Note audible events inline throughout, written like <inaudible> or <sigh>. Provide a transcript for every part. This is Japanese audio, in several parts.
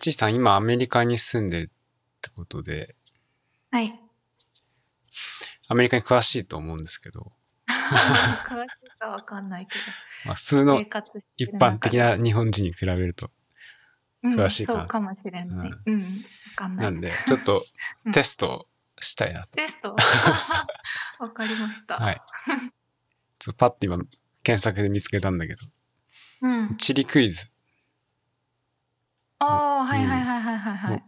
ちいさん、今アメリカに住んでるってことで、はい。アメリカに詳しいと思うんですけど、詳しいかわかん <laughs> ないけまあ、普通ど、の生活して一る中般的な日本人に比べると。詳しいかうん。そうかもしれない。うん、わかんな。ないんで、ちょっとうんテストしたいなと。テスト <laughs> わかりました。はい。ちょっとパッて今、検索で見つけたんだけど、うん。地理クイズ、ああ、はいはいはいはいはいはい。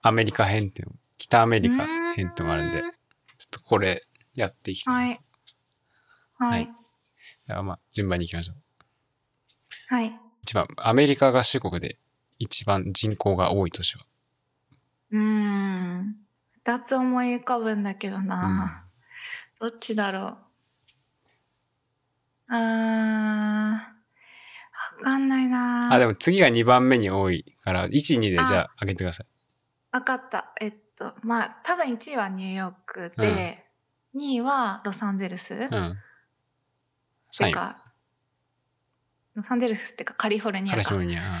アメリカ編っていうの、北アメリカうーん編ってのがあるんで、ちょっとこれやっていきたいな。はいい。ははいい。やまあ、順番に行きましょう。はい。一番、アメリカ合衆国で一番人口が多い都市は。うーん。二つ思い浮かぶんだけどな。どっちだろう。あー、わかんないな。あ、でも次が2番目に多いから、1、2でじゃああ上げてください。わかった。えっと、まあ、多分1位はニューヨークで、2位はロサンゼルス。うん。て3位、か、ロサンゼルスってかカリフォルニカアリフか。ォうルニア、うん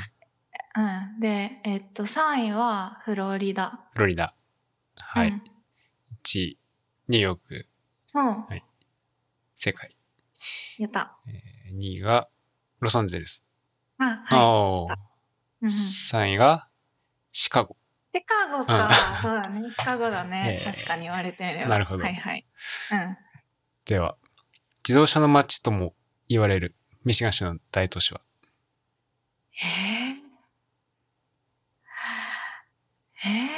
ん。で、えっと、3位はフロリダ。フロリダ。はういん。。 1位、ニューヨーク、もう、い世界。やった。 2位がロサンゼルス。あ、あはおーい。うんうんシ3位がシカゴ。カゴか。そうだね。シカゴだね。 <laughs> ええ確かに言われてみれば。なるほどはいはい。では、自動車の街とも言われるミシガン州の大都市は。うん。えー、えー。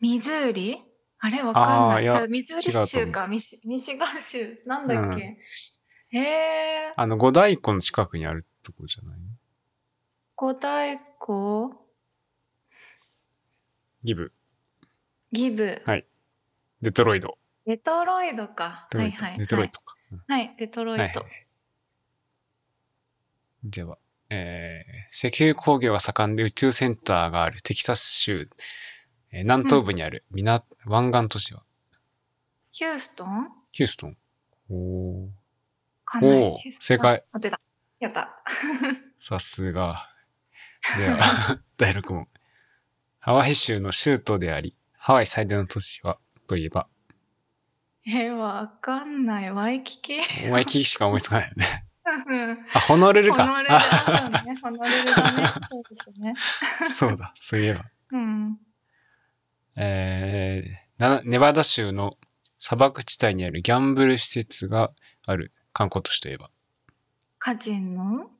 ミズーリあれわかんあなーいい。やじゃあミズーリ違うと思州うかミ <laughs> シ、ミシガン州。なんだっけ、えー、あの、五大湖の近くにあるところじゃないの五大湖ギブ、ギブ、はいデトロイド。デトロイドか。デトロはイいド,、はい。デトロイドか。うんはい。はい、デトロイド。はいはいでは、えー石油工業が盛んで宇宙センターがあるテキサス州、えー南東部にある南、湾岸都市はヒューストンヒューストン。おーかなおーヒュースト正ン解。当てた。やった。さすが。では、 <laughs> 第6問。ハワイ州の州都であり、ハワイ最大の都市はといえ <laughs> ば、えー、わかんない。ワイキ <laughs> キワイキキしか思いつかないよね。うんあ、ホノルルホノか。ルルあだ <laughs> ね。ホノルルだね。そうですね。そうだ、そういえば。うん。えーなネバダ州の砂漠地帯にあるギャンブル施設がある観光都市といえば。カジノ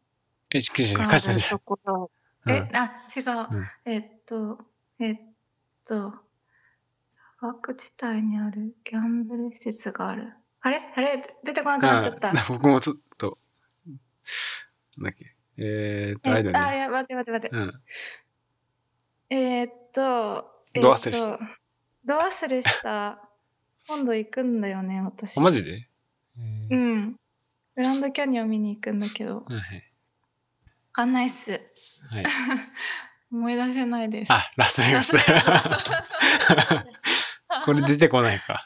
え、ちくじゃながい、あかじゃるない。ところ。うえん、あ、違う。うんえっと、えっと、砂漠地帯にあるギャンブル施設がある。あれあれ出てこなくなっちゃった。うん僕もちょっと、なんだっけ。えーと、あれえあ、だいね。や、待って待って待って。うん。えーっと、えーっとド忘れした。ド忘れした。今度行くんだよね、私。あ、マジでえーうん。グランドキャニオン見に行くんだけど、わはいはい。かんないっす。はい。思い出せないです。あ、ラスベ <laughs> ガス。これ出てこないか。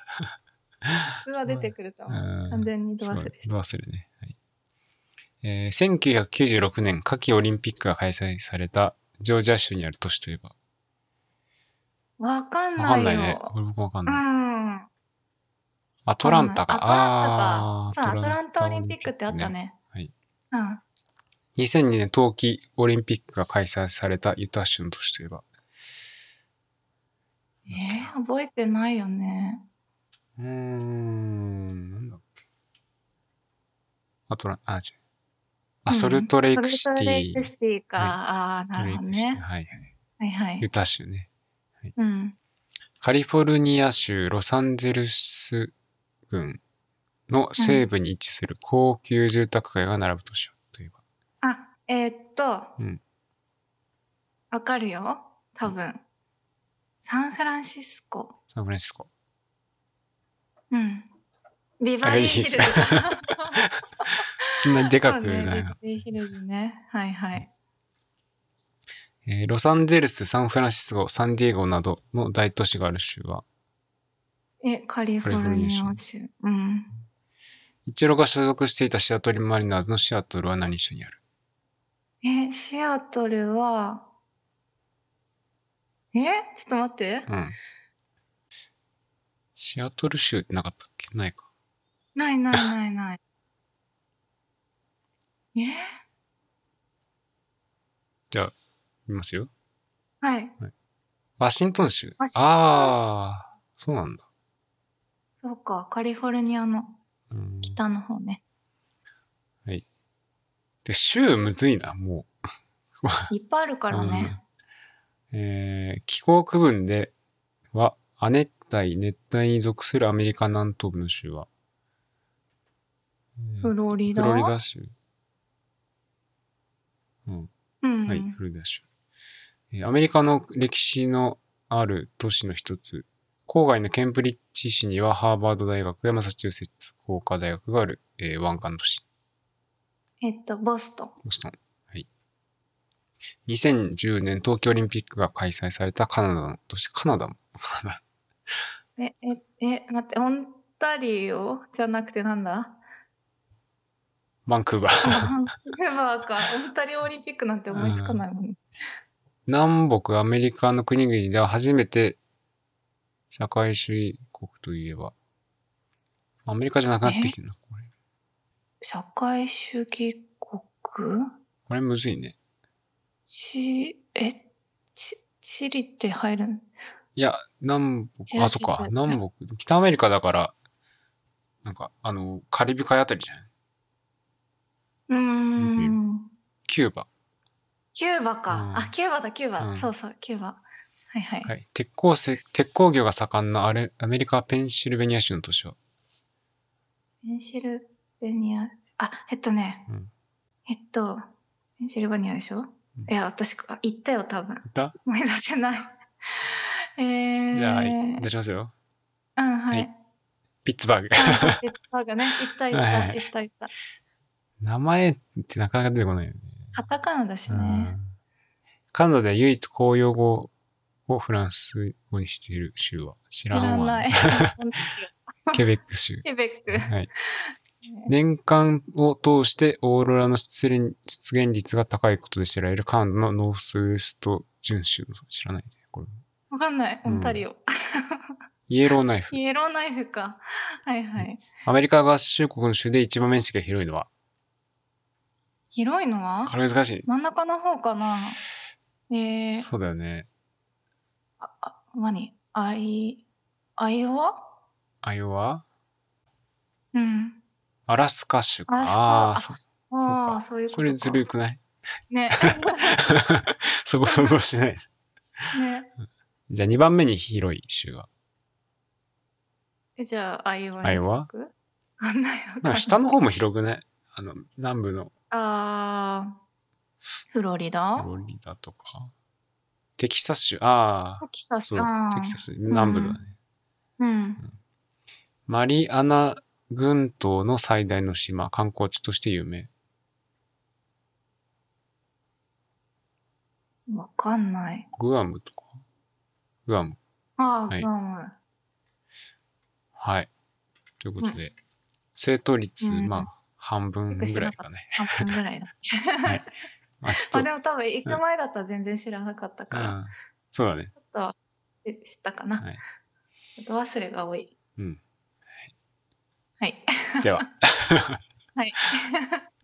普通は出てくると思う。完完全にド忘れした。ド忘れね。はいえー、1996年、夏季オリンピックが開催されたジョージア州にある都市といえば。わかんわかななんいよ。いね。これ僕わかんうない。ん。アトランタか。アトランタか。そう、アートランタオリンピックってあった。ね。はい。うん。 2002年冬季オリンピックが開催されたユタ州の都市といえば。えー、覚えてないよね。うーん、なんだっけ。アトラン、あ、違う。あ、ソルトレイクシティ。ソルトレイクシティか。はいああ、なるほどはいね。はい。はいはユい。タ州ね。うん。カリフォルニア州ロサンゼルス郡の西部に位置する高級住宅街が並ぶ都市といえば。あ、えーっと、わ、うんかるよ。多分。サンフランシスコ。サンフランシスコ。うん。ビバリーヒルズ。そんなにで <laughs> そかうくねないな、ビバリーヒルズね。はいはい。えーロサンゼルス、サンフランシスコ、サンディエゴなどの大都市がある州は、え、カリフォルニア州。うん。イチローが所属していたシアトルマリナーズのシアトルは何州にあるえ、シアトルは、えちょっと待って。うん。シアトル州ってなかったっけないか。ないないないない。えいますよ。はい。ワシントン州。ワシントン州ああ、そうなんだ。そうか、カリフォルニアのうん、北の方ね。で、州むずいな、もう。いっぱいあるからね。えー気候区分では、亜熱帯、熱帯に属するアメリカ南東部の州は、うんフロリダ。フロリダ州。うん。うん。はい、フロリダ州。えーアメリカの歴史のある都市の一つ、郊外のケンブリッジ市にはハーバード大学やマサチューセッツ工科大学がある、えー湾岸都市、えっと、ボストン。ボストン。はい。2010年東京オリンピックが開催されたカナダの都市、カナダも。え、え、え、待って、オンタリオじゃなくてなんだバンクーバ <laughs> ー。あバンクーバーか。オンタリオオリンピックなんて思いつかないもんね。南北アメリカの国々では初めて社会主義国といえば、アメリカじゃなくなってきてるな、これ。社会主義国これむずいね。ち、え、ち、チリって入るんいや、南違北、うあ、そっ違かう、南北、北アメリカだから、なんか、あの、カリビ海あたりじゃないうーん。キューバ。キューバか。うんあ、キューバだ、キューバ。うんそうそう、キューバ。はいはい。はい。鉄鋼せ、鉄鋼業が盛んなあれアメリカ・ペンシルベニア州の都市は、ペンシルベニア。あ、えっとね。うんえっと、ペンシルベニアでしょ、んいや、私、行ったよ、多分。いた思い出せない。えー、じゃあ、うん、出しますよ。ははいい。ピッツバーグ。 <laughs> あペッパーがね、いったいっはいたはいいったいった。名前ってなかなか出てこないよね。カタカナだしね。うんカナダで唯一公用語をフランス語にしている州は、シいラノらワなンい。の、ケベック州。 <laughs> ケベック。 <laughs> はい。年間を通してオーロラの出現出現率が高いことで知られるカナダのノースウエスト準州知らないね。これわかんない。オンタリオ。 <laughs> イエローナイフ。イエローナイフか。はいはい。アメリカ合衆国の州で一番面積が広いのは、広いのはこれ難しい。真ん中の方かなえー、そうだよね。あ、何アイ、アイオワアイオワうん。アラスカ州か。アラスカああー、あそそうあかあ、そういうこそとか。れずるくない <laughs> ね。 <laughs> そこ想像しない。ね。じゃあ2番目に広い州は。えじゃあ、アイオワにしとくわかんないわかんななんいか下の方も広くね。あの、南部のあーフロリダフロリダとか。テキサス州。ああ。テキサスそうあ、ーテキサス、南部だね。うん。マリアナ群島の最大の島、観光地として有名。わかんない。グアムとかグアム。はああ、いグアム。はい。ということで、正答率、うんまあ、半分ぐらいかね。半分ぐらいだ。まあ、ちょあっとで、も多分行く前だったら全然知らなかったうから、ん、そうだね。ちょっとはし知ったかな。はいちょっと忘れが多い。うん。はい。では。はい。